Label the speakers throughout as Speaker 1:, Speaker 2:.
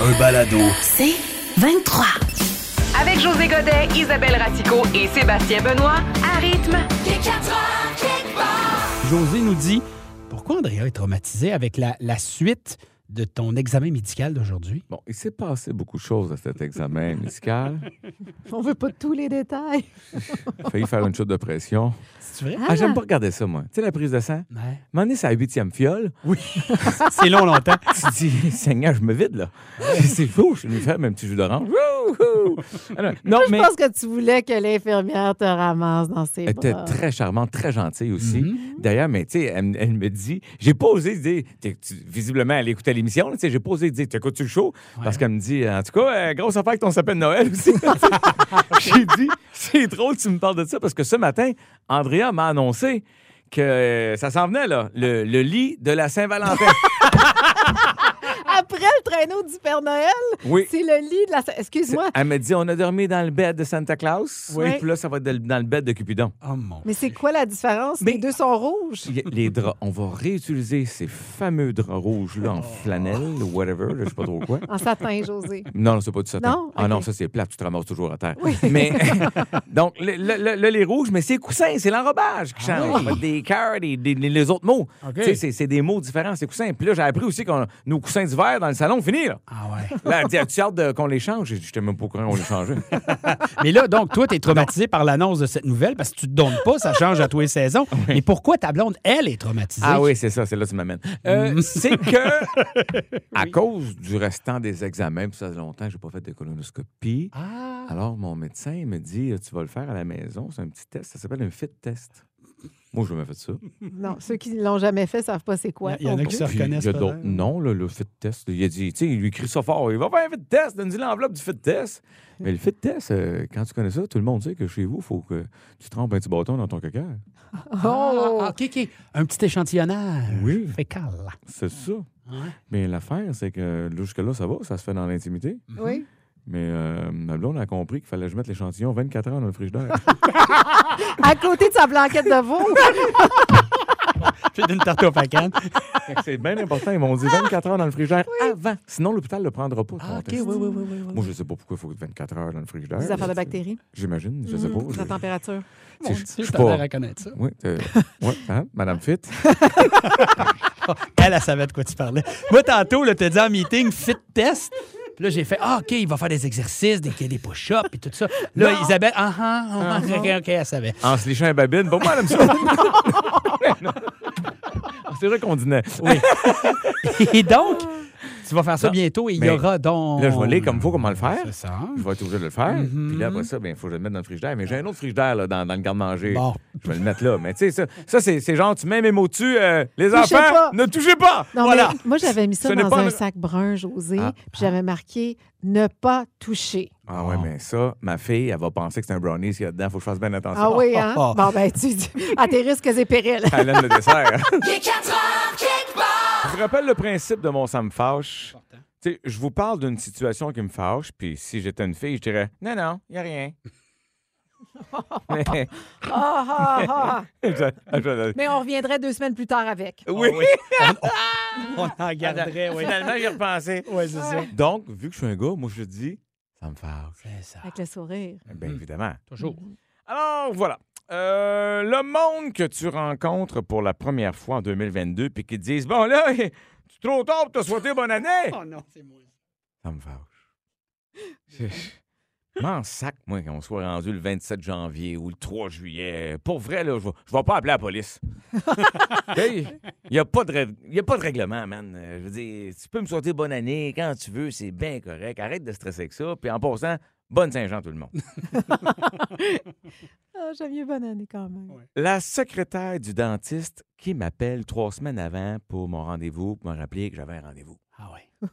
Speaker 1: Un balado.
Speaker 2: C'est 23.
Speaker 3: Avec José Godet, Isabelle Ratico et Sébastien Benoît, à rythme.
Speaker 4: José nous dit Pourquoi Andrea est traumatisé avec la, la suite de ton examen médical d'aujourd'hui?
Speaker 5: Bon, il s'est passé beaucoup de choses à cet examen médical.
Speaker 6: On veut pas tous les détails.
Speaker 5: J'ai failli faire une chute de pression.
Speaker 4: C'est vrai?
Speaker 5: Ah, j'aime pas regarder ça, moi. Tu sais, la prise de sang?
Speaker 4: Ouais.
Speaker 5: M'en c'est à la huitième fiole.
Speaker 4: Oui. C'est long, longtemps.
Speaker 5: Tu dis, Seigneur, je me vide, là. C'est fou, je suis venu faire même petit jus d'orange. Wouhou! Alors, Non,
Speaker 6: Je
Speaker 5: mais
Speaker 6: pense que tu voulais que l'infirmière te ramasse dans ses
Speaker 5: elle était
Speaker 6: bras.
Speaker 5: très charmante, très gentille aussi. D'ailleurs, mais tu sais, elle, me- elle me dit, j'ai pas osé dire, t'es- tu- visiblement, elle écoutait l'émission, là, tu sais, j'ai pas osé dire, t'écoutes-tu le show? Parce qu'elle me dit, en tout cas, euh, grosse affaire que ton sapin de Noël aussi. j'ai dit, c'est drôle, que tu me parles de ça, parce que ce matin, Andrea m'a annoncé que euh, ça s'en venait, là, le, le lit de la Saint-Valentin.
Speaker 6: Après le traîneau du Père Noël,
Speaker 5: oui.
Speaker 6: c'est le lit de la... Excuse-moi,
Speaker 5: Elle me dit, on a dormi dans le bed de Santa Claus.
Speaker 6: Oui.
Speaker 5: Et puis là, ça va être de- dans le bed de Cupidon.
Speaker 4: Oh mon.
Speaker 6: mais c'est quoi la différence?
Speaker 5: Mais-
Speaker 6: Les deux sont rouges.
Speaker 5: Il y a- Les draps, on va réutiliser ces fameux draps rouges-là en flanelle ou whatever, là, je sais pas trop quoi.
Speaker 6: En satin, José.
Speaker 5: Non, non, c'est pas du satin.
Speaker 6: Non?
Speaker 5: Ah non,
Speaker 6: Ok.
Speaker 5: ça, c'est plat, tu te ramasses toujours à terre. Mais, donc, le, le- le- le lit rouge, mais c'est coussin, c'est l'enrobage
Speaker 6: Ah
Speaker 5: qui change. Des cœurs, des, des- des- les autres mots.
Speaker 4: Ok.
Speaker 5: Tu sais, c'est- c'est des mots différents, c'est coussin. Puis là, j'ai appris aussi qu'on nos coussins d'hiver dans le salon, fini, là.
Speaker 4: Ah ouais.
Speaker 5: Là, elle dit, as-tu hâte de- qu'on les change? J'ai dit, j'étais même pas au courant qu'on les changeait.
Speaker 4: Mais là, donc, toi, t'es traumatisé par l'annonce de cette nouvelle parce que tu te donnes pas, ça change à tous les saisons. Mais pourquoi ta blonde, elle, est traumatisée?
Speaker 5: Ah oui, c'est ça, c'est là que tu m'amènes.
Speaker 4: Mm.
Speaker 5: Euh, c'est que, à cause du restant des examens, puis ça fait longtemps que je n'ai pas fait de colonoscopie,
Speaker 4: Ah.
Speaker 5: alors mon médecin il me dit euh, Tu vas le faire à la maison, c'est un petit test, ça s'appelle un fit test. Moi, je me fait ça.
Speaker 6: Non, ceux qui ne l'ont jamais fait ne savent pas c'est quoi.
Speaker 4: Il y en a qui se
Speaker 5: Puis,
Speaker 4: reconnaissent.
Speaker 5: il y a
Speaker 4: pas,
Speaker 5: d'autres.
Speaker 4: hein?
Speaker 5: Non, là, le fit test. Il a dit, tu sais, il lui crie ça fort. Il va faire un fit test, donne-lui l'enveloppe du fit test. Mais le fit test, euh, quand tu connais ça, tout le monde sait que chez vous, il faut que tu trempes un petit bâton dans ton coquère.
Speaker 6: Oh!
Speaker 4: Ah, OK, OK. Un petit échantillonnage.
Speaker 5: Oui.
Speaker 4: Fécal.
Speaker 5: C'est ça. Mais l'affaire, c'est que là, jusque-là, ça va, ça se fait dans l'intimité.
Speaker 6: Oui.
Speaker 5: Mais euh, ma blonde a compris qu'il fallait que je mette l'échantillon 24 heures dans le frigidaire.
Speaker 6: À côté de sa blanquette de veau.
Speaker 4: J'ai une tarte au pacan.
Speaker 5: Fait que c'est bien important. Ils m'ont dit 24 heures dans le frigidaire avant. Sinon, l'hôpital ne le prendra pas. ton
Speaker 4: Ah, OK, oui,
Speaker 5: test.
Speaker 4: oui, oui. oui, oui.
Speaker 5: Moi, je sais pas pourquoi il faut que 24 heures dans le frigidaire.
Speaker 6: Des affaires de bactéries. Hmm,
Speaker 5: J'imagine,
Speaker 4: Hmm,
Speaker 5: je sais pas.
Speaker 6: La température.
Speaker 5: Je-
Speaker 4: Mon
Speaker 5: je-
Speaker 4: Dieu,
Speaker 5: je
Speaker 4: je
Speaker 5: suis
Speaker 4: t'avais à
Speaker 5: pas...
Speaker 4: reconnaître ça.
Speaker 5: Oui, euh, ouais, hein, Madame Fit.
Speaker 4: Elle, elle savait de quoi tu parlais. Moi, tantôt, là, t'as dit en meeting, fit test. Puis là, j'ai fait, ah, OK, il va faire des exercices, des, des push-ups et tout ça. Là, Isabelle, ah, ah, ah, OK, OK, elle savait.
Speaker 5: En se lichant un babine. Bon, moi, Madame Fit. Non. C'est vrai qu'on dînait.
Speaker 4: Et donc, tu vas faire ça
Speaker 5: Non,
Speaker 4: bientôt et il y
Speaker 5: mais
Speaker 4: aura donc...
Speaker 5: Là, je vais aller comme il faut, comment le faire.
Speaker 4: C'est ça.
Speaker 5: Je vais être obligé de le faire. Puis là, après
Speaker 6: Mm-hmm.
Speaker 5: ça, il faut que je le mette dans le frigidaire. Mais j'ai un autre frigidaire là, dans, dans le garde-manger.
Speaker 4: Bon.
Speaker 5: Je vais le mettre là. Mais tu sais, ça, ça c'est, c'est genre, tu mets mes mots dessus. euh, les
Speaker 6: Touchez
Speaker 5: enfants,
Speaker 6: pas.
Speaker 5: ne touchez pas.
Speaker 6: Non,
Speaker 5: voilà.
Speaker 6: mais moi, j'avais mis ça
Speaker 5: Ce n'est
Speaker 6: dans
Speaker 5: pas
Speaker 6: un
Speaker 5: un-
Speaker 6: sac brun, José,
Speaker 5: Ah.
Speaker 6: puis j'avais marqué ne pas toucher.
Speaker 5: Ah ouais, mais ça, ma fille, elle va penser que c'est un brownie s'il y a dedans. Faut que je fasse bien attention.
Speaker 6: Ah oui, hein?
Speaker 4: Ah.
Speaker 6: Bon, ben, tu dis à tes risques et périls.
Speaker 5: Elle aime le dessert. Je vous rappelle le principe de mon ça me fâche. Tu sais, je vous parle d'une situation qui me fâche, puis si j'étais une fille, je dirais non, non, il n'y a rien. Mais-
Speaker 6: Ah, ah, ah.
Speaker 5: je- je-
Speaker 6: Mais on reviendrait deux semaines plus tard avec.
Speaker 5: oui.
Speaker 4: On en garderait, oui.
Speaker 5: Finalement, j'y ai repensé.
Speaker 4: Oui, c'est ça.
Speaker 5: Donc, vu que je suis un gars, moi, je dis, ça me fâche.
Speaker 4: C'est ça.
Speaker 6: Avec le sourire.
Speaker 5: Bien évidemment.
Speaker 4: Toujours.
Speaker 5: Alors, voilà. Euh, le monde que tu rencontres pour la première fois en 2022 puis qui te disent Bon, là, c'est trop tard pour te souhaiter bonne année.
Speaker 4: Oh non, c'est moi.
Speaker 5: Ça me fâche. Je je m'en sac, moi, qu'on soit rendu le 27 janvier ou le 3 juillet. Pour vrai, là, je vais- je vais pas appeler la police. Il n'y a, pas de règ- y a pas de règlement, man. Euh, Je veux dire, tu peux me souhaiter bonne année quand tu veux, c'est bien correct. Arrête de stresser avec ça. Puis en passant, bonne Saint-Jean, tout le monde.
Speaker 6: Ah, J'aime mieux bonne année quand même.
Speaker 5: La secrétaire du dentiste qui m'appelle trois semaines avant pour mon rendez-vous, pour me rappeler que j'avais un rendez-vous.
Speaker 4: Ah ouais.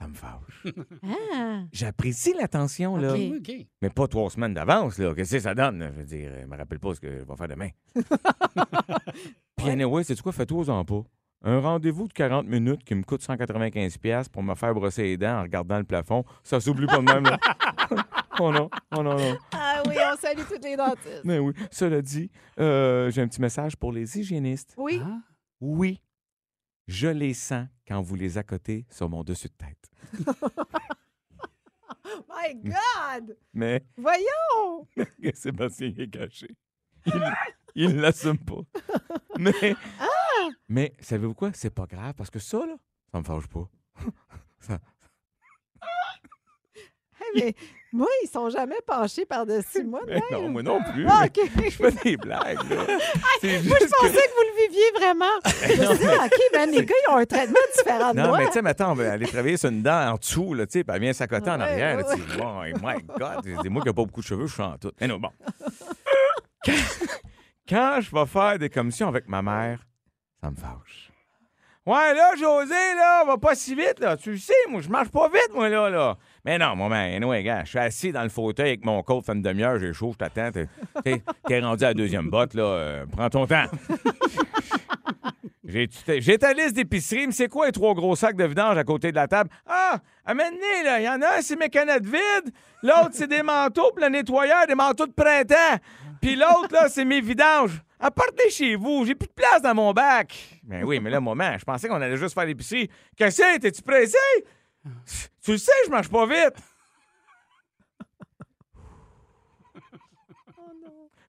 Speaker 5: Ça me me fâche.
Speaker 6: Ah!
Speaker 5: J'apprécie l'attention, là.
Speaker 6: OK.
Speaker 4: OK.
Speaker 5: Mais pas trois semaines d'avance, là. Qu'est-ce que ça donne? là? Je veux dire, je me rappelle pas ce que je vais faire demain. Puis, anyway, c'est quoi? Fais-toi-en pas. Un rendez-vous de 40 minutes qui me coûte 195$ piastres pour me faire brosser les dents en regardant le plafond, ça s'oublie pas de même, là. oh non, oh non, non.
Speaker 6: Ah oui, on salue toutes les dentistes.
Speaker 5: Mais oui. Cela dit, euh, j'ai un petit message pour les hygiénistes.
Speaker 6: Oui.
Speaker 4: Ah.
Speaker 5: Oui, je les sens quand vous les accotez sur mon dessus de tête.
Speaker 6: Oh My God!
Speaker 5: Mais
Speaker 6: Voyons!
Speaker 5: que Sébastien est caché. Il ne l'assume pas. Mais, mais savez-vous quoi? C'est pas grave parce que ça, là, ça me fâche pas. Ça-
Speaker 6: Hey, mais moi, ils sont jamais penchés par-dessus moi.
Speaker 5: mais non, moi non plus.
Speaker 6: Ah, OK.
Speaker 5: Je fais des blagues, là. C'est
Speaker 6: Moi, je
Speaker 5: juste que-
Speaker 6: pensais que vous le viviez vraiment. Je me suis dit, OK, ben, les gars, ils ont un traitement différent de
Speaker 5: Non,
Speaker 6: moi.
Speaker 5: mais tu sais, maintenant, on va aller travailler sur une dent en dessous, là, tu sais, puis elle vient s'accoter en
Speaker 6: Ouais,
Speaker 5: arrière. là,
Speaker 6: ouais.
Speaker 5: tu sais, oh my God, c'est moi qui n'ai pas beaucoup de cheveux, je suis en tout. Mais non, bon. Quand- Quand je vais faire des commissions avec ma mère, ça me fâche. Ouais, là, José, là, va pas si vite, là. Tu le sais, moi, je marche pas vite, moi, là, là. Mais non, moi, man, anyway, gars, je suis assis dans le fauteuil avec mon coach, fait une demi-heure, j'ai chaud, je t'attends. T'es- T'es t'es rendu à la deuxième botte, là. euh, prends ton temps. J'ai j'ai ta liste d'épicerie, mais c'est quoi les trois gros sacs de vidange à côté de la table? Ah, amenez là, il y en a un, c'est mes canettes vides, l'autre, c'est des manteaux pour le nettoyeur, des manteaux de printemps, puis l'autre, là, c'est mes vidanges. Apportez chez vous, j'ai plus de place dans mon bac. Ben oui, mais là, moment, je pensais qu'on allait juste faire l'épicerie. Qu'est-ce que c'est? T'es-tu pressé? Tu le sais, je marche pas vite.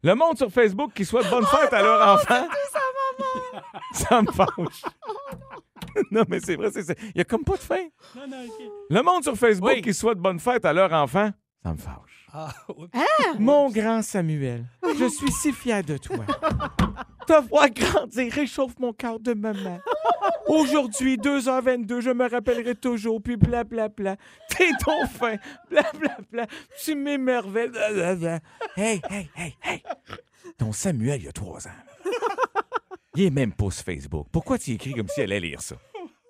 Speaker 5: Le monde sur Facebook qui souhaite bonne fête à leur enfant. Ça me fâche. non, mais c'est vrai, c'est ça. Il n'y a comme pas de fin. Le monde sur Facebook
Speaker 4: Oui.
Speaker 5: qui souhaite bonne fête à leur enfant, ça me fâche.
Speaker 4: Ah, oups.
Speaker 5: Mon grand Samuel, je suis si fier de toi. Te voir grandir réchauffe mon cœur de maman. Aujourd'hui, 2h22, je me rappellerai toujours, puis blablabla. T'es ton fin, blablabla. Tu m'émerveilles, blablabla. Hey, hey, hey, hey. Ton Samuel, il y a trois ans. Il est même pas sur Facebook. Pourquoi tu écris comme si elle allait lire ça?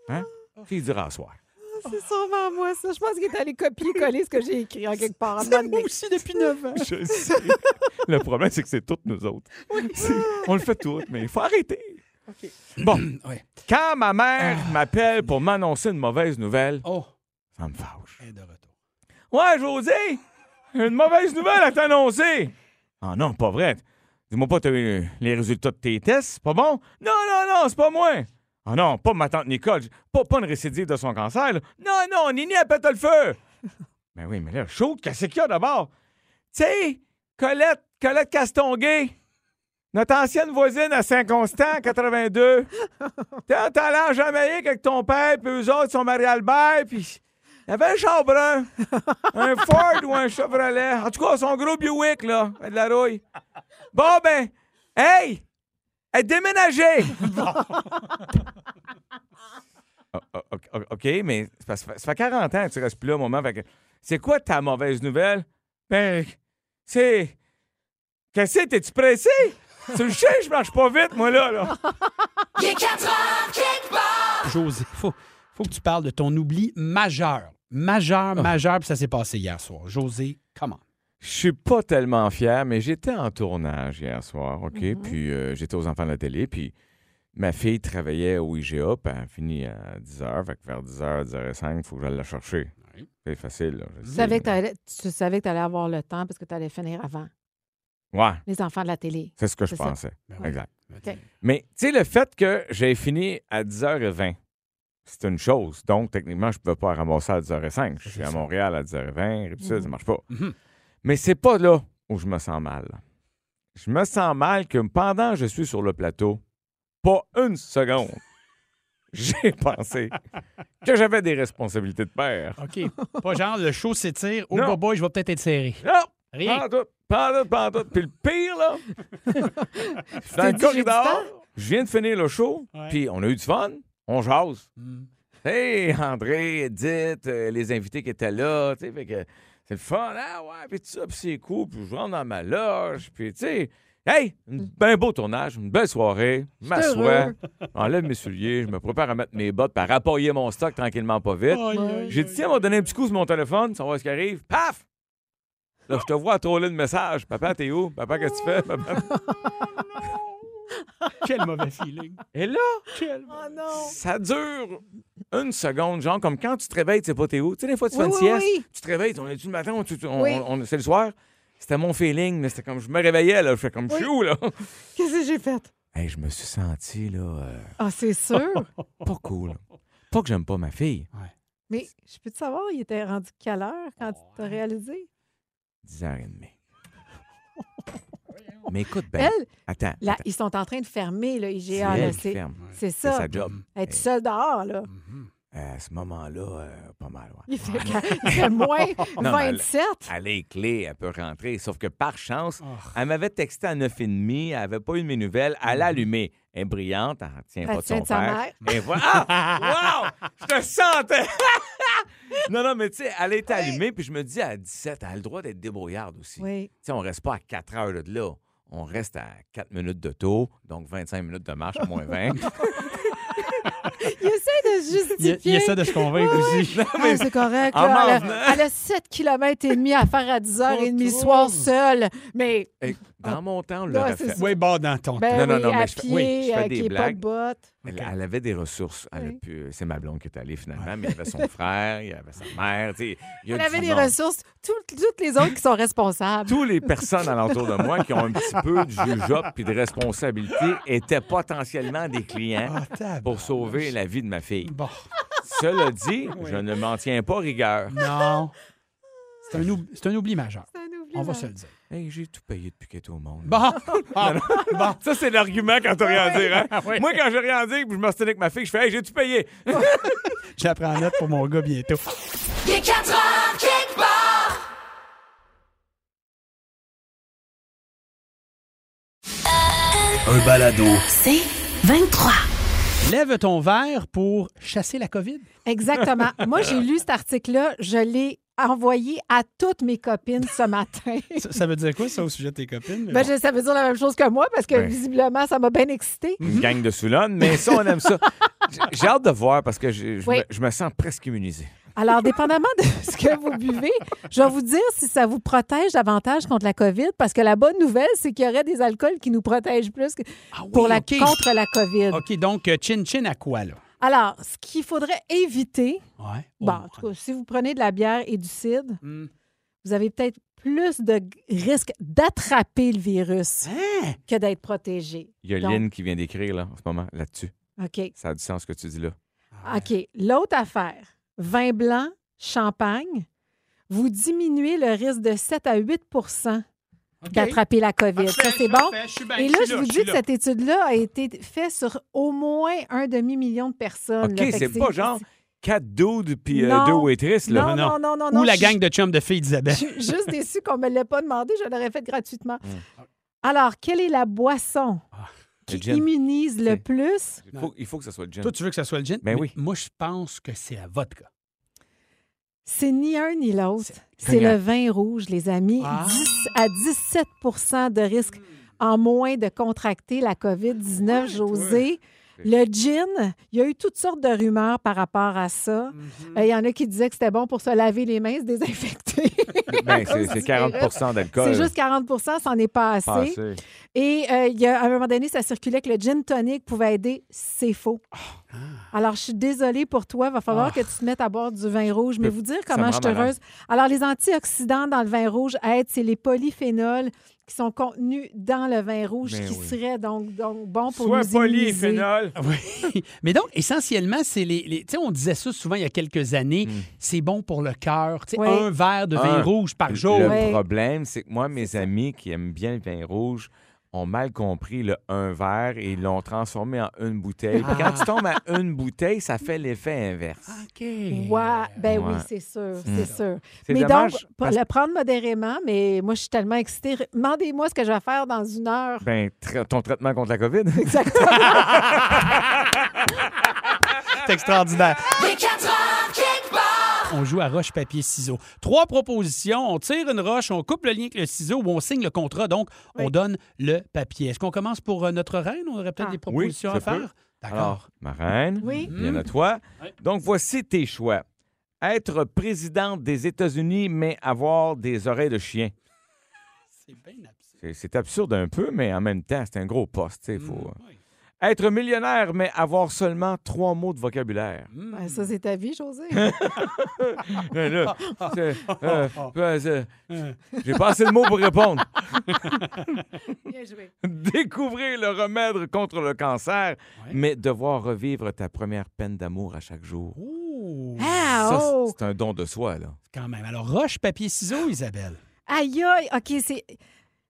Speaker 5: Hein? Tu diras à soir.
Speaker 6: C'est sûrement moi, ça. Je pense qu'il est allé copier-coller ce que j'ai écrit en quelque part. C'est moi aussi depuis 9 ans.
Speaker 5: Je sais. Le problème, c'est que c'est toutes nous autres. C'est- On le fait toutes, mais il faut arrêter. Bon,
Speaker 4: Ouais.
Speaker 5: quand ma mère m'appelle pour m'annoncer une mauvaise nouvelle,
Speaker 4: Oh,
Speaker 5: ça me fâche.
Speaker 4: et de retour.
Speaker 5: Ouais, José, une mauvaise nouvelle à t'annoncer. Ah non, pas vrai. Dis-moi pas, t'as eu les résultats de tes tests, c'est pas bon? Non, non, non, c'est pas moi. Ah non, pas ma tante Nicole, j- pas, pas une récidive de son cancer. là. Non, non, Nini, elle pète le feu. Mais oui, mais là, chaude, qu'est-ce qu'il y a d'abord? Tu sais, Colette, Colette Castonguay, notre ancienne voisine à Saint-Constant, 82. T'es en talent jamaïque avec ton père, puis eux autres sont Marie-Albert, puis... Il y avait un char brun, un Ford ou un Chevrolet. En tout cas, son gros Buick, là, avec de la rouille. Bon, ben, hey, elle est déménagée. Ah, ah, OK, OK, mais c'est parce que ça fait- ça fait 40 ans que tu restes plus là au moment. fait que- C'est quoi ta mauvaise nouvelle? Ben, c'est. Qu'est-ce que c'est? T'es-tu pressé? Tu le sais, je marche pas vite, moi, là. là.
Speaker 4: José, faut, faut que tu parles de ton oubli majeur. Majeur, majeur, puis ça s'est passé hier soir. José, comment?
Speaker 5: Je suis pas tellement fier, mais j'étais en tournage hier soir, OK? Puis euh, j'étais aux enfants de la télé, puis ma fille travaillait au IGA, puis elle finit à 10h, fait que vers 10h, 10h05, il faut que j'aille la chercher.
Speaker 4: Ouais.
Speaker 5: C'est facile, là. je
Speaker 6: Tu
Speaker 5: sais,
Speaker 6: savais que
Speaker 5: mais-
Speaker 6: t'allais- tu savais que tu allais avoir le temps parce que tu allais finir avant.
Speaker 5: Ouais,
Speaker 6: Les enfants de la télé.
Speaker 5: c'est ce que je
Speaker 6: C'est ça.
Speaker 5: pensais.
Speaker 4: Ben oui.
Speaker 5: Exact.
Speaker 6: OK.
Speaker 5: Mais tu sais, le fait que j'ai fini à 10h20, c'est une chose. Donc, techniquement, je ne pouvais pas ramasser à 10h05. Je suis à Montréal à 10h20, Rive-Sud, ça ne marche pas.
Speaker 4: Mhm.
Speaker 5: Mais c'est pas là où je me sens mal. Je me sens mal que pendant que je suis sur le plateau, pas une seconde, j'ai pensé que j'avais des responsabilités de père.
Speaker 4: OK. Pas genre, le show s'étire. Oh,
Speaker 5: Non.
Speaker 4: boy, boy, je vais peut-être être serré.
Speaker 5: Non!
Speaker 4: Rien.
Speaker 5: Pas en tout, pas en tout, pas en tout. Puis le pire, là, je suis dans
Speaker 6: t'es dit,
Speaker 5: le
Speaker 6: j'ai du
Speaker 5: corridor,
Speaker 6: temps?
Speaker 5: je viens de finir le show,
Speaker 4: Ouais.
Speaker 5: puis on a eu du fun, on jase.
Speaker 4: Mm.
Speaker 5: Hey, André, Edith, euh, les invités qui étaient là, tu sais, hein, fait que c'est le fun, ah ouais, puis tout ça, puis c'est cool, puis je rentre dans ma loge, puis tu sais, Hey,
Speaker 4: Mm.
Speaker 5: un beau tournage, une belle soirée, je m'assois, enlève mes souliers, je me prépare à mettre mes bottes, puis à rapporter mon stock tranquillement, pas vite. J'ai dit, tiens, on va donner un petit coup sur mon téléphone, ça va ce qui arrive. Paf! Là, je te vois troller de message. Papa, t'es où? Papa, qu'est-ce que tu fais? Papa...
Speaker 4: Quel mauvais feeling.
Speaker 5: Oh, Et là,
Speaker 4: Quel...
Speaker 6: Oh non!
Speaker 5: ça dure une seconde, genre comme quand tu te réveilles, tu sais pas t'es où. Tu sais, des fois, tu fais
Speaker 6: Oui,
Speaker 5: une
Speaker 6: oui,
Speaker 5: sieste,
Speaker 6: oui.
Speaker 5: tu te réveilles, on est le matin, on, tu- on-
Speaker 6: Oui.
Speaker 5: on- c'est le soir. C'était mon feeling, mais c'était comme je me réveillais, là. Je fais comme je suis où, là?
Speaker 6: Qu'est-ce que j'ai fait?
Speaker 5: Hey, je me suis senti, là, euh,
Speaker 6: Ah, c'est sûr.
Speaker 5: pas cool. Pas que j'aime pas ma fille.
Speaker 6: Mais je peux te savoir, il était rendu quelle heure quand tu t'as réalisé?
Speaker 5: 10h30. Mais écoute, ben,
Speaker 6: Elle,
Speaker 5: attends.
Speaker 6: là,
Speaker 5: attends.
Speaker 6: ils sont en train de fermer le
Speaker 5: C'est
Speaker 6: IGA. là,
Speaker 5: elle qui
Speaker 6: C'est
Speaker 5: ferme.
Speaker 6: c'est
Speaker 5: C'est
Speaker 6: ça.
Speaker 5: sa job.
Speaker 6: Être seul dehors, là.
Speaker 5: À ce moment-là, euh, pas mal, ouais.
Speaker 6: Il fait, il fait moins
Speaker 5: mais
Speaker 6: 27.
Speaker 5: Elle est clé, elle peut rentrer. Sauf que par chance, elle m'avait texté à 9h30, elle n'avait pas eu de mes nouvelles, elle l'a allumée. Elle est brillante, elle ne retient
Speaker 6: Elle
Speaker 5: pas de
Speaker 6: tient
Speaker 5: son
Speaker 6: de sa
Speaker 5: père.
Speaker 6: mère.
Speaker 5: Et voilà. Ah! Wow! Je te sentais! non, non, mais tu sais, elle a été allumée, puis je me dis à 17, elle a le droit d'être débrouillarde aussi.
Speaker 6: Oui.
Speaker 5: Tu sais, on reste pas à 4 heures de là. On reste à 4 minutes de taux, donc 25 minutes de marche à moins 20.
Speaker 6: Il essaie de se
Speaker 4: Il,
Speaker 6: justifier.
Speaker 4: il essaie de se convaincre aussi.
Speaker 6: Ah, c'est correct.
Speaker 5: En hein.
Speaker 6: là.
Speaker 5: m'en
Speaker 6: elle, a, elle a 7 km et demi à faire à 10h30 soir seule. Mais,
Speaker 5: Et dans mon temps,
Speaker 6: Non,
Speaker 5: on l'aurait
Speaker 6: c'est
Speaker 5: fait.
Speaker 6: ça.
Speaker 4: Oui, bord dans ton
Speaker 6: ben
Speaker 5: Non, non,
Speaker 6: oui,
Speaker 5: non,
Speaker 6: à
Speaker 5: mais je fais-
Speaker 6: pied,
Speaker 5: oui, je fais
Speaker 6: euh,
Speaker 5: des
Speaker 6: qui ait pas de
Speaker 5: blagues.
Speaker 6: bottes.
Speaker 5: Elle, elle avait des ressources. Elle a
Speaker 6: Oui.
Speaker 5: pu- C'est ma blonde qui est allée finalement, mais il y avait son frère, il y avait sa mère. tu sais, il y a
Speaker 6: Elle
Speaker 5: du
Speaker 6: avait des
Speaker 5: monde.
Speaker 6: ressources. Tout- toutes les autres qui sont responsables.
Speaker 5: Tous les personnes alentour de moi qui ont un petit peu de jugeote puis de responsabilité étaient potentiellement des clients
Speaker 6: Ah,
Speaker 4: tabarnouche.
Speaker 5: pour sauver la vie de ma fille.
Speaker 4: Bon.
Speaker 5: Cela dit, je ne m'en tiens pas rigueur.
Speaker 4: Non. C'est un, oub- c'est un oubli majeur.
Speaker 6: C'est un oubli,
Speaker 4: On va
Speaker 6: là.
Speaker 4: se le dire.
Speaker 5: Hey, j'ai tout payé depuis qu'elle est au monde.
Speaker 4: Bon. bon.
Speaker 5: Ça, c'est l'argument quand t'as rien à dire.
Speaker 6: Ah
Speaker 5: hein? Moi, quand j'ai rien à dire, puis je me retenais avec ma fille, je fais Hey, j'ai tout payé.
Speaker 4: Je la prends en note pour mon gars bientôt.
Speaker 1: Il est 4 heures, quelque part. Un balado.
Speaker 2: C'est 23.
Speaker 4: Lève ton verre pour chasser la COVID.
Speaker 6: Exactement. Moi, j'ai lu cet article-là. Je l'ai envoyé à toutes mes copines ce matin.
Speaker 4: Ça, ça veut dire quoi, ça, au sujet de tes copines?
Speaker 6: Ben, je- ça veut dire la même chose que moi parce que
Speaker 5: Ben.
Speaker 6: visiblement, ça m'a bien excitée.
Speaker 5: Une gang de soulonne, mais ça, on aime ça. J'ai- J'ai hâte de voir parce que je, je
Speaker 6: Oui.
Speaker 5: me, je me sens presque immunisé.
Speaker 6: Alors, dépendamment de ce que vous buvez, je vais vous dire si ça vous protège davantage contre la COVID, parce que la bonne nouvelle, c'est qu'il y aurait des alcools qui nous protègent plus que-
Speaker 4: Ah oui,
Speaker 6: pour la,
Speaker 4: OK.
Speaker 6: contre la COVID.
Speaker 4: OK, donc, euh, chin-chin à quoi, là?
Speaker 6: Alors, ce qu'il faudrait éviter,
Speaker 4: Ouais.
Speaker 6: bon, en tout cas, si vous prenez de la bière et du cidre,
Speaker 4: Oh Hmm.
Speaker 6: vous avez peut-être plus de g- risque d'attraper le virus
Speaker 4: Hein?
Speaker 6: que d'être protégé.
Speaker 5: Il y a
Speaker 6: Donc-
Speaker 5: Lynn qui vient d'écrire là, en ce moment là-dessus.
Speaker 6: OK.
Speaker 5: Ça a du sens ce que tu dis là.
Speaker 6: OK. L'autre affaire, vin blanc, champagne, vous diminuez le risque de 7 à 8 d'attraper la COVID. Ça, c'est bon? Et là, je vous dis que cette étude-là a été faite sur au moins un demi-million de personnes.
Speaker 5: OK,
Speaker 6: là. Fait que
Speaker 5: c'est pas genre quatre dudes puis euh,
Speaker 6: Non.
Speaker 5: deux waitrices.
Speaker 6: Non,
Speaker 5: Là.
Speaker 6: non, non, non. non,
Speaker 4: Ou la
Speaker 6: je-
Speaker 4: gang de chums de filles
Speaker 6: Je
Speaker 4: d'Isabelle.
Speaker 6: suis juste déçue qu'on ne me l'ait pas demandé. Je l'aurais fait gratuitement. Alors, quelle est la boisson qui
Speaker 5: le gin.
Speaker 6: immunise le
Speaker 5: Ok.
Speaker 6: plus?
Speaker 5: Il, faut, il faut que ça soit le gin.
Speaker 4: Toi, tu veux que ça soit le gin?
Speaker 5: Ben
Speaker 4: Mais
Speaker 5: oui.
Speaker 4: Moi, je pense que c'est la vodka.
Speaker 6: C'est ni un ni l'autre. C'est
Speaker 5: Cognac.
Speaker 6: le vin rouge, les amis.
Speaker 4: Ah.
Speaker 6: 10 à 17 de risque en moins de contracter la COVID-19, José. Le gin, il y a eu toutes sortes de rumeurs par rapport à ça. Euh, Il y en a qui disaient que c'était bon pour se laver les mains, se désinfecter.
Speaker 5: Ben, c'est
Speaker 6: Comme
Speaker 5: c'est
Speaker 6: du
Speaker 5: 40 d'alcool.
Speaker 6: C'est juste 40 c'en est pas assez.
Speaker 5: Pas assez.
Speaker 6: Et euh, il y a, à un moment donné, ça circulait que le gin tonic pouvait aider. C'est faux.
Speaker 5: Ah.
Speaker 6: Alors, je suis désolée pour toi. va falloir que tu te mettes à boire du vin rouge. Mais
Speaker 5: peux-
Speaker 6: vous dire
Speaker 5: ça
Speaker 6: comment
Speaker 5: me
Speaker 6: je
Speaker 5: rend
Speaker 6: suis
Speaker 5: malade.
Speaker 6: heureuse. Alors, les antioxydants dans le vin rouge aident. C'est les polyphénols qui sont contenus dans le vin rouge
Speaker 5: Ben
Speaker 6: qui
Speaker 5: oui.
Speaker 6: seraient donc, donc bons pour
Speaker 5: Sois
Speaker 6: nous
Speaker 5: poli,
Speaker 6: immuniser.
Speaker 5: Phénol.
Speaker 4: Oui. Mais donc, essentiellement, c'est les. les- tu sais, on disait ça souvent il y a quelques années. C'est bon pour le cœur. Tu sais,
Speaker 6: Oui.
Speaker 4: un verre de vin
Speaker 5: Hmm. Un.
Speaker 4: rouge par jour.
Speaker 5: Le
Speaker 6: Ouais.
Speaker 5: problème, c'est que moi, mes amis qui aiment bien le vin rouge ont mal compris le un verre et ils l'ont transformé en une bouteille. Puis
Speaker 4: Ah.
Speaker 5: quand tu tombes à une bouteille, ça fait l'effet inverse.
Speaker 4: OK.
Speaker 6: Ouais, ben oui,
Speaker 5: Ouais.
Speaker 6: c'est sûr, c'est sûr.
Speaker 5: C'est
Speaker 6: mais
Speaker 5: dommage,
Speaker 6: donc,
Speaker 5: parce-
Speaker 6: le prendre modérément, mais moi, je suis tellement excitée. Demandez-moi ce que je vais faire dans une heure.
Speaker 5: Ben, tra- ton traitement contre la COVID.
Speaker 4: C'est extraordinaire.
Speaker 1: Il est 4 heures, quelque part.
Speaker 4: on joue à roche, papier, ciseaux. Trois propositions. On tire une roche, on coupe le lien avec le ciseau ou on signe le contrat. Donc, on
Speaker 6: Oui.
Speaker 4: donne le papier. Est-ce qu'on commence pour euh, notre reine? On aurait peut-être
Speaker 6: Ah.
Speaker 4: des
Speaker 5: Oui,
Speaker 4: propositions
Speaker 5: ça
Speaker 4: à faire?
Speaker 5: peut.
Speaker 4: D'accord.
Speaker 5: Alors, ma reine,
Speaker 6: Oui.
Speaker 5: bien
Speaker 4: Hmm.
Speaker 5: à toi.
Speaker 4: Ouais.
Speaker 5: Donc, voici tes choix. Être présidente des États-Unis, mais avoir des oreilles de chien.
Speaker 4: C'est bien absurde.
Speaker 5: C'est- C'est absurde un peu, mais en même temps, c'est un gros poste. tu sais, faut- euh.
Speaker 4: Mm, oui.
Speaker 5: Être millionnaire, mais avoir seulement trois mots de vocabulaire.
Speaker 4: Mm.
Speaker 6: Ben, ça, c'est ta vie, José.
Speaker 5: Mais là, c'est- euh, euh, c'est- J'ai pas assez de mots pour répondre.
Speaker 6: Bien joué.
Speaker 5: Découvrir le remède contre le cancer,
Speaker 4: Ouais.
Speaker 5: mais devoir revivre ta première peine d'amour à chaque jour.
Speaker 4: Oh,
Speaker 6: Ah,
Speaker 5: Ça,
Speaker 6: oh!
Speaker 5: c'est un don de soi, là.
Speaker 4: quand même. Alors, roche, papier, ciseaux, Isabelle.
Speaker 6: Aïe, aïe, OK, c'est.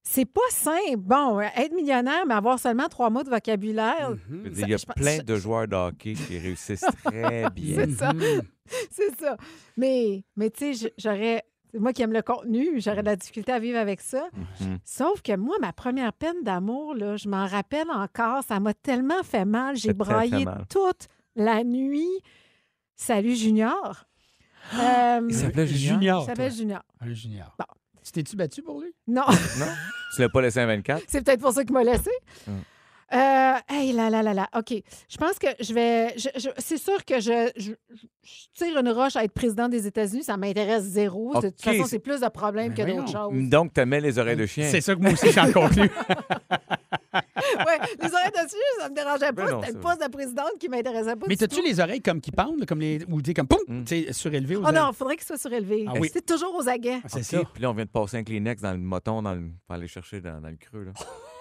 Speaker 6: C'est pas simple. Bon, euh, être millionnaire, mais avoir seulement trois mots de vocabulaire,
Speaker 5: Je
Speaker 4: Mhm.
Speaker 5: veux dire, il y a
Speaker 6: je pense-
Speaker 5: plein
Speaker 6: je-
Speaker 5: de joueurs de hockey qui réussissent très bien.
Speaker 6: C'est ça.
Speaker 4: Mhm.
Speaker 6: c'est ça. Mais, mais tu sais, je- j'aurais. c'est Moi qui aime le contenu, j'aurais de la difficulté à vivre avec ça.
Speaker 5: Mhm.
Speaker 6: Sauf que moi, ma première peine d'amour, là, je m'en rappelle encore. Ça m'a tellement fait mal. J'ai
Speaker 5: Fait très,
Speaker 6: braillé
Speaker 5: très mal.
Speaker 6: toute la nuit. Salut, Junior. Euh,
Speaker 5: Il s'appelait Ah! Junior.
Speaker 6: il
Speaker 4: Junior.
Speaker 6: s'appelle
Speaker 4: toi.
Speaker 6: Junior.
Speaker 4: Un junior.
Speaker 6: Bon.
Speaker 4: Tu t'es-tu battu pour lui?
Speaker 6: Non.
Speaker 5: Tu l'as pas laissé un 24?
Speaker 6: C'est peut-être pour ça qu'il m'a laissé.
Speaker 5: Mm.
Speaker 6: Euh, hey, là, là, là, là. OK. Je pense que je vais. je- je- c'est sûr que je, je- je tire une roche à être président des États-Unis. Ça m'intéresse zéro. De
Speaker 5: OK,
Speaker 6: toute façon,
Speaker 5: c'est-
Speaker 6: c'est plus de problèmes
Speaker 4: Mais
Speaker 6: que d'autres choses.
Speaker 5: Donc, tu mets les oreilles de chien.
Speaker 4: C'est ça que moi aussi, j'en conclus.
Speaker 6: ouais, les oreilles dessus, ça me dérangeait
Speaker 5: Ben
Speaker 6: pas.
Speaker 5: non,
Speaker 6: C'était le
Speaker 5: ça-
Speaker 6: poste de présidente qui m'intéressait pas.
Speaker 4: Mais
Speaker 6: du
Speaker 4: t'as-tu
Speaker 6: tout.
Speaker 4: les oreilles comme qui pendent, comme les... ou t'es comme poum,
Speaker 5: Mm.
Speaker 4: t'es surélevé aux
Speaker 6: Oh non,
Speaker 4: oreilles?
Speaker 6: il faudrait qu'il soit surélevé.
Speaker 4: Ah oui.
Speaker 6: C'est toujours aux aguets.
Speaker 4: Ah, C'est
Speaker 5: OK,
Speaker 4: ça.
Speaker 5: Puis là, on vient de passer un Kleenex dans le moton dans le- pour aller chercher dans, dans le creux. Là.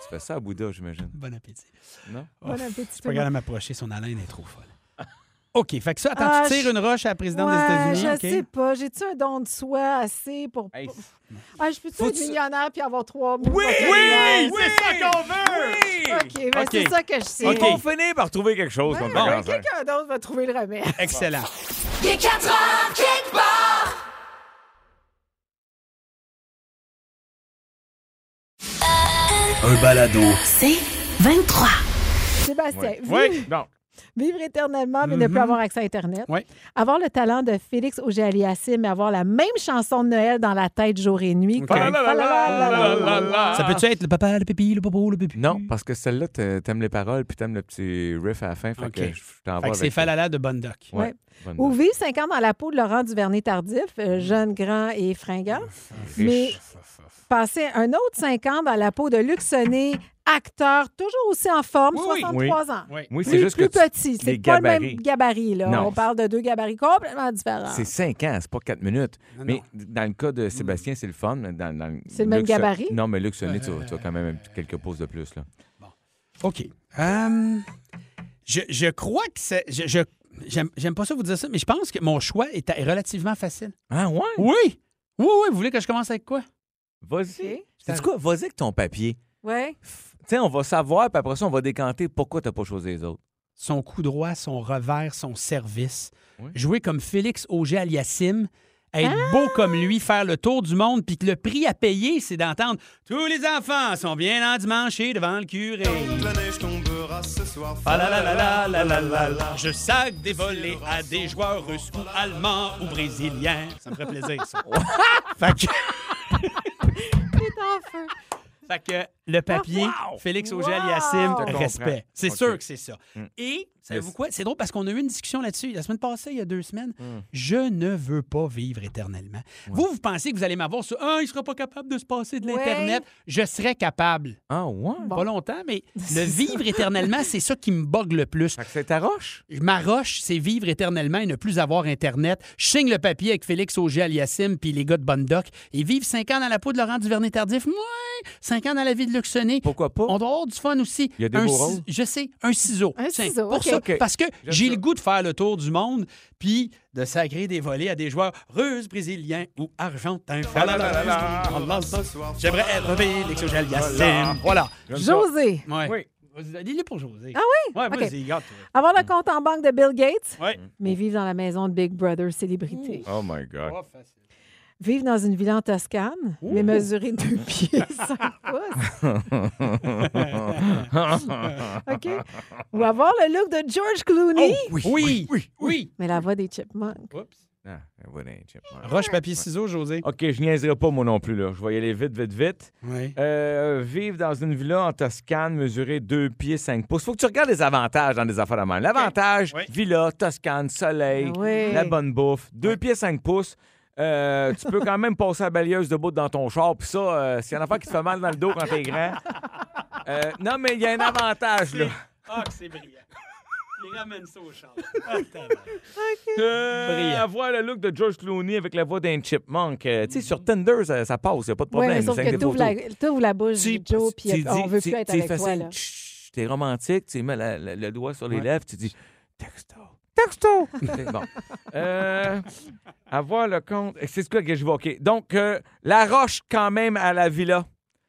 Speaker 5: tu fais ça à Bouddha, j'imagine.
Speaker 4: Bon appétit.
Speaker 5: Non?
Speaker 4: Oh,
Speaker 6: Bon appétit,
Speaker 4: Je
Speaker 6: tout
Speaker 4: peux
Speaker 6: le monde.
Speaker 4: regarder m'approcher, son haleine est trop folle. OK, fait que ça, attends,
Speaker 6: Ah,
Speaker 4: tu tires
Speaker 6: je-
Speaker 4: une roche à la présidente
Speaker 6: Ouais,
Speaker 4: des États-Unis,
Speaker 6: je
Speaker 4: OK?
Speaker 6: sais pas. J'ai-tu un don de soi assez pour.
Speaker 5: Hey,
Speaker 6: Ah, je peux-tu
Speaker 5: Faut
Speaker 6: être
Speaker 5: que tu-
Speaker 6: millionnaire puis avoir trois mots?
Speaker 5: Oui!
Speaker 6: vocabulaires?
Speaker 5: Oui! C'est ça qu'on veut!
Speaker 6: OK, ben
Speaker 4: OK.
Speaker 6: c'est ça que je sais.
Speaker 5: Ils vont finir par trouver quelque chose
Speaker 6: Ouais,
Speaker 5: contre
Speaker 6: ouais,
Speaker 5: le cancer.
Speaker 6: Quelqu'un d'autre va trouver le remède.
Speaker 4: Excellent.
Speaker 1: Il est 4 heures, quelque part.
Speaker 2: C'est 23.
Speaker 6: Sébastien,
Speaker 5: Ouais.
Speaker 6: vivre,
Speaker 5: Oui, non. Mm-hmm.
Speaker 6: vivre éternellement, mais ne
Speaker 4: Mhm.
Speaker 6: plus avoir accès à Internet.
Speaker 4: Ouais.
Speaker 6: Avoir le talent de Félix Auger-Aliassime mais avoir la même chanson de Noël dans la tête jour et nuit.
Speaker 4: OK.
Speaker 5: Ah, la, la, la, la, la, la, la.
Speaker 4: Ça peut-tu être le papa, le pépi, le popo, le pépi?
Speaker 5: Non, parce que celle-là, t'a- t'aimes les paroles, puis t'aimes le petit riff à la fin. Fait
Speaker 4: OK.
Speaker 5: que je t'envoie
Speaker 4: Fait que c'est
Speaker 5: avec ça.
Speaker 4: Falala de Bonne Doc.
Speaker 5: Ouais.
Speaker 6: Ouais.
Speaker 5: Bonne
Speaker 6: Ou
Speaker 5: note.
Speaker 6: vivre 5 ans dans la peau de Laurent Duvernay-Tardif,
Speaker 5: Mm.
Speaker 6: euh, jeune, grand et fringant.
Speaker 5: Ah,
Speaker 6: Mais passer un autre 5 ans dans la peau de Luxonné, acteur, toujours aussi en forme,
Speaker 4: Oui, oui.
Speaker 6: 63 ans.
Speaker 4: Oui.
Speaker 5: Oui, c'est
Speaker 6: Plus,
Speaker 5: juste
Speaker 6: plus
Speaker 5: que tu-
Speaker 6: petit,
Speaker 5: les
Speaker 6: c'est pas le
Speaker 5: gabarits.
Speaker 6: même gabarit. Là.
Speaker 5: Non.
Speaker 6: On parle de deux gabarits complètement différents.
Speaker 5: c'est 5 ans, c'est pas 4 minutes.
Speaker 4: Non,
Speaker 5: mais
Speaker 4: non.
Speaker 5: dans le cas de Sébastien, c'est le fun. mais Dans, dans
Speaker 6: Ah Mm. C'est le même
Speaker 5: Luc-
Speaker 6: gabarit?
Speaker 5: Non, mais Luc Sonnet, tu, tu as quand même un petit- quelques pouces de plus. Là.
Speaker 4: OK. Hum, je, je crois que c'est. je- je- J'aime j'aime pas ça vous dire ça, mais je pense que mon choix est est relativement facile.
Speaker 5: Ah ouais?
Speaker 4: Oui! Oui, oui, vous voulez que je commence avec quoi?
Speaker 5: Vas-y.
Speaker 6: Ok.
Speaker 5: C'est quoi? Vas-y avec ton papier.
Speaker 6: Ouais.
Speaker 5: Tu sais, on va savoir, puis après ça, on va décanter pourquoi t'as pas choisi les autres.
Speaker 4: son coup droit, son revers, son service.
Speaker 5: Oui.
Speaker 4: Jouer comme Félix Auger Aliassime, être
Speaker 6: Ah!
Speaker 4: beau comme lui, faire le tour du monde, puis que le prix à payer, c'est d'entendre Tous les enfants sont bien en dimanche et devant le curé.
Speaker 7: La neige tombera ce soir.
Speaker 4: Ah là là là là là là là là. Je sac des volets à des joueurs russes ou allemands ou brésiliens. Ça me ferait plaisir, ça. fait, que,
Speaker 6: C'est en feu.
Speaker 4: fait que le papier,
Speaker 5: Wow!
Speaker 4: Félix
Speaker 6: Wow!
Speaker 4: Auger
Speaker 5: Je
Speaker 4: Aliassime,
Speaker 5: comprends.
Speaker 4: respect. C'est
Speaker 5: Ok.
Speaker 4: sûr que c'est ça. Et, savez-vous
Speaker 5: Yes.
Speaker 4: quoi? C'est drôle parce qu'on a eu une discussion là-dessus la semaine passée, il y a deux semaines. Je ne veux pas vivre éternellement. Vous, vous pensez que vous allez m'avoir sur Ah, il ne sera pas capable de se passer de
Speaker 6: Ouais.
Speaker 4: l'Internet. Je serais capable.
Speaker 5: Ah ouais?
Speaker 4: Pas longtemps, mais le vivre éternellement, c'est ça qui me bogue le plus.
Speaker 5: Fait que c'est ta roche?
Speaker 4: Je m'arroche, c'est vivre éternellement et ne plus avoir Internet. Je signe le papier avec Félix Auger Aliassime puis les gars de Bondoc et vivre cinq ans dans la peau de Laurent Duvernay-Tardif. Ouais! Cinq ans dans la vie de Luxonné.
Speaker 5: Pourquoi pas?
Speaker 4: On doit avoir du fun aussi.
Speaker 5: Il y a des
Speaker 4: un
Speaker 5: beaux
Speaker 4: ci-
Speaker 5: rôles.
Speaker 4: Je sais, un ciseau.
Speaker 6: Un
Speaker 4: Tiens,
Speaker 6: ciseau,
Speaker 4: pour
Speaker 6: OK.
Speaker 4: ça,
Speaker 5: OK.
Speaker 4: Parce que
Speaker 5: J'aime
Speaker 4: j'ai
Speaker 5: ça.
Speaker 4: le goût de faire le tour du monde, puis de sacrer des volets à des joueurs russes, brésiliens ou argentins. J'aimerais être Félix Auger Aliassime. Voilà.
Speaker 6: José,
Speaker 4: Ouais.
Speaker 5: Oui.
Speaker 4: Vas-y, Dis-le pour José.
Speaker 6: Ah oui?
Speaker 4: Ouais,
Speaker 6: OK.
Speaker 4: vas-y, garde-toi.
Speaker 6: avoir le compte en banque de Bill Gates,
Speaker 4: Ouais.
Speaker 6: mais vivre dans la maison de Big Brother célébrité.
Speaker 5: Oh my God.
Speaker 4: Pas facile.
Speaker 6: Vivre dans une ville en Toscane, mais mesurer deux pieds et cinq pouces. OK? Ou
Speaker 5: Oh,
Speaker 6: avoir le look de George Clooney,
Speaker 4: Oh, oui, oui, oui.
Speaker 6: mais la voix des Chipmunks.
Speaker 4: Oups.
Speaker 5: Ah, ben Chapounet, Chapounet.
Speaker 4: Roche, papier, ciseaux, José.
Speaker 5: OK, je niaiserai pas, moi non plus, là. Je vais y aller vite, vite, vite.
Speaker 4: Oui.
Speaker 5: Euh, vivre dans une villa en Toscane, mesurer 2 pieds 5 pouces. Faut que tu regardes les avantages dans des affaires de même. L'avantage,
Speaker 4: Oui.
Speaker 5: villa, Toscane, soleil,
Speaker 6: Ah oui.
Speaker 5: la bonne bouffe, 2 pieds 5 pouces. Euh, tu peux quand même passer la balayeuse de bout dans ton char. Puis ça, euh, c'est une affaire qui te fait mal dans le dos quand t'es grand. Euh, non, mais il y a un avantage, là.
Speaker 4: Ah, c'est brillant. Les ramène ça au char.
Speaker 5: Euh, avoir le look de George Clooney avec la voix d'un chipmunk. euh, tu sais, sur Tinder, ça, ça passe, y a pas de
Speaker 6: Oui,
Speaker 5: problème.
Speaker 6: mais Mm. sauf
Speaker 5: c'est
Speaker 6: que
Speaker 5: avec des
Speaker 6: t'ouvres
Speaker 5: photos.
Speaker 6: la, t'ouvres la bouche,
Speaker 5: Tu-
Speaker 6: Joe,
Speaker 5: tu
Speaker 6: puis on
Speaker 5: dis-
Speaker 6: veut
Speaker 5: tu-
Speaker 6: plus être
Speaker 5: tu
Speaker 6: avec
Speaker 5: fais
Speaker 6: toi.
Speaker 5: ça,
Speaker 6: là.
Speaker 5: Chut, T'es romantique, tu mets la- la- le doigt sur les
Speaker 4: Ouais.
Speaker 5: lèvres, tu dis texto. Texto! Ok, bon. Euh, avoir le compte. C'est ce que je vois. OK. Donc, euh, la roche quand même à la villa.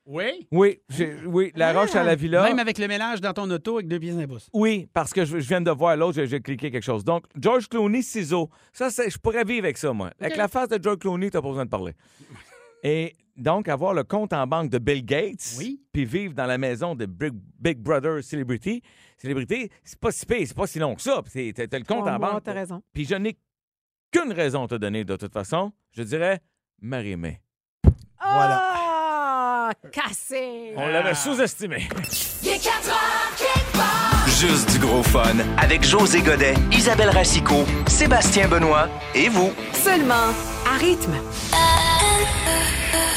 Speaker 4: Oui.
Speaker 5: Oui, j'ai- oui la
Speaker 6: Ah!
Speaker 5: roche à la villa.
Speaker 4: Même avec le mélange dans ton auto avec deux pieds et un pouce.
Speaker 5: Oui, parce que je, je viens de voir l'autre, j'ai- j'ai cliqué quelque chose. Donc, George Clooney, ciseaux. Ça, c'est- je pourrais vivre avec ça, moi. Avec la face de George Clooney, t'as pas besoin de parler. Et donc, avoir le compte en banque de Bill Gates,
Speaker 4: Oui.
Speaker 5: puis vivre dans la maison de Big, Big Brother Celebrity, Célébrité, c'est pas si pire, c'est pas si long que ça. Puis c'est- T'as t'as le compte
Speaker 6: Ouais, ouais,
Speaker 5: en banque.
Speaker 6: T'as raison.
Speaker 5: Puis je n'ai qu'une raison à te donner, de toute façon. Je dirais, marie
Speaker 6: Voilà. Oh, cassé.
Speaker 5: On l'avait sous-estimé.
Speaker 1: Il est 4 heures quelque part.
Speaker 8: Juste du gros fun avec José Godet, Isabelle Racicot, Sébastien Benoît et vous.
Speaker 3: Seulement à rythme.